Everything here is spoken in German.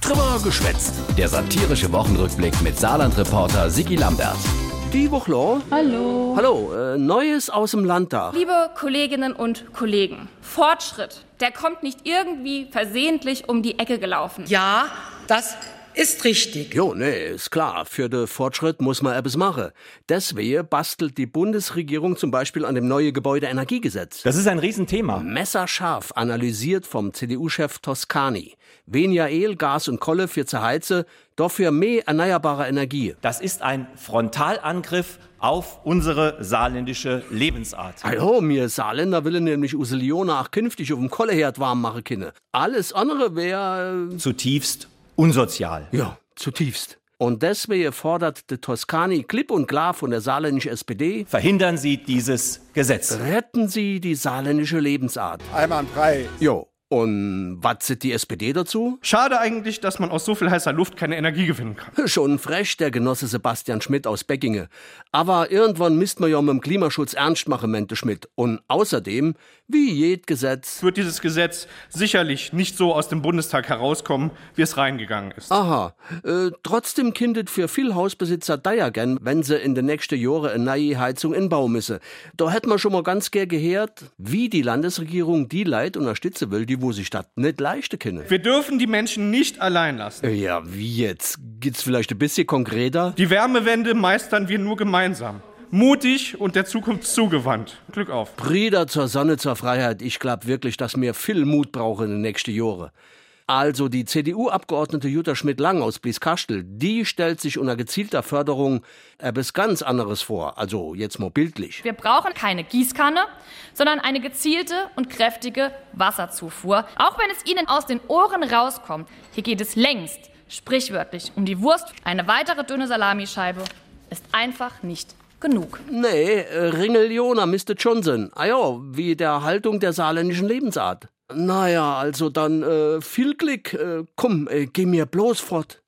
Drüber geschwätzt. Der satirische Wochenrückblick mit Saarland-Reporter Sigi Lambert. Die Wochlau. Hallo. Hallo, äh, Neues aus dem Landtag. Liebe Kolleginnen und Kollegen, Fortschritt, der kommt nicht irgendwie versehentlich um die Ecke gelaufen. Ja, das ist richtig. Jo, nee, ist klar. Für den Fortschritt muss man etwas machen. Deswegen bastelt die Bundesregierung zum Beispiel an dem neuen Gebäudeenergiegesetz. Das ist ein Riesenthema. Messerscharf analysiert vom CDU-Chef Toscani. Weniger Öl, Gas und Kohle für Zerheize, dafür mehr erneuerbare Energie. Das ist ein Frontalangriff auf unsere saarländische Lebensart. Hallo, mir Saarländer willen nämlich Useliona auch künftig auf dem Kolleherd warm machen können. Alles andere äh, wäre... Zutiefst unsozial. Ja, zutiefst. Und deswegen fordert de Toscani klipp und klar von der saarländischen SPD, Verhindern Sie dieses Gesetz. retten Sie die saarländische Lebensart. Einwandfrei. Jo, und was sieht die SPD dazu? Schade eigentlich, dass man aus so viel heißer Luft keine Energie gewinnen kann. Schon frech, der Genosse Sebastian Schmidt aus Beckinge. Aber irgendwann müsst man ja mit dem Klimaschutz ernst machen, mente Schmidt. Und außerdem, wie jed Gesetz. Wird dieses Gesetz sicherlich nicht so aus dem Bundestag herauskommen, wie es reingegangen ist. Aha, äh, trotzdem kindet für viel Hausbesitzer Deier gern, wenn sie in den nächsten Jahren eine neue Heizung inbauen müsse. Da hätten wir schon mal ganz gern gehört, wie die Landesregierung die Leid unterstützen will, die wo sich das nicht leisten können. Wir dürfen die Menschen nicht allein lassen. Ja, wie jetzt? Geht's vielleicht ein bisschen konkreter? Die Wärmewende meistern wir nur gemeinsam. Mutig und der Zukunft zugewandt. Glück auf. Brüder zur Sonne, zur Freiheit. Ich glaube wirklich, dass mir viel Mut brauche in den nächsten Jahren. Also die CDU-Abgeordnete Jutta Schmidt-Lang aus Blieskastel, die stellt sich unter gezielter Förderung etwas ganz anderes vor. Also jetzt mal bildlich. Wir brauchen keine Gießkanne, sondern eine gezielte und kräftige Wasserzufuhr. Auch wenn es Ihnen aus den Ohren rauskommt, hier geht es längst, sprichwörtlich, um die Wurst. Eine weitere dünne Salamischeibe ist einfach nicht genug. Nee, äh, Ringel Jona, Mr. Johnson. Ah ja, wie der Haltung der saarländischen Lebensart. Naja, also dann äh, viel Glück. Äh, komm, äh, geh mir bloß fort.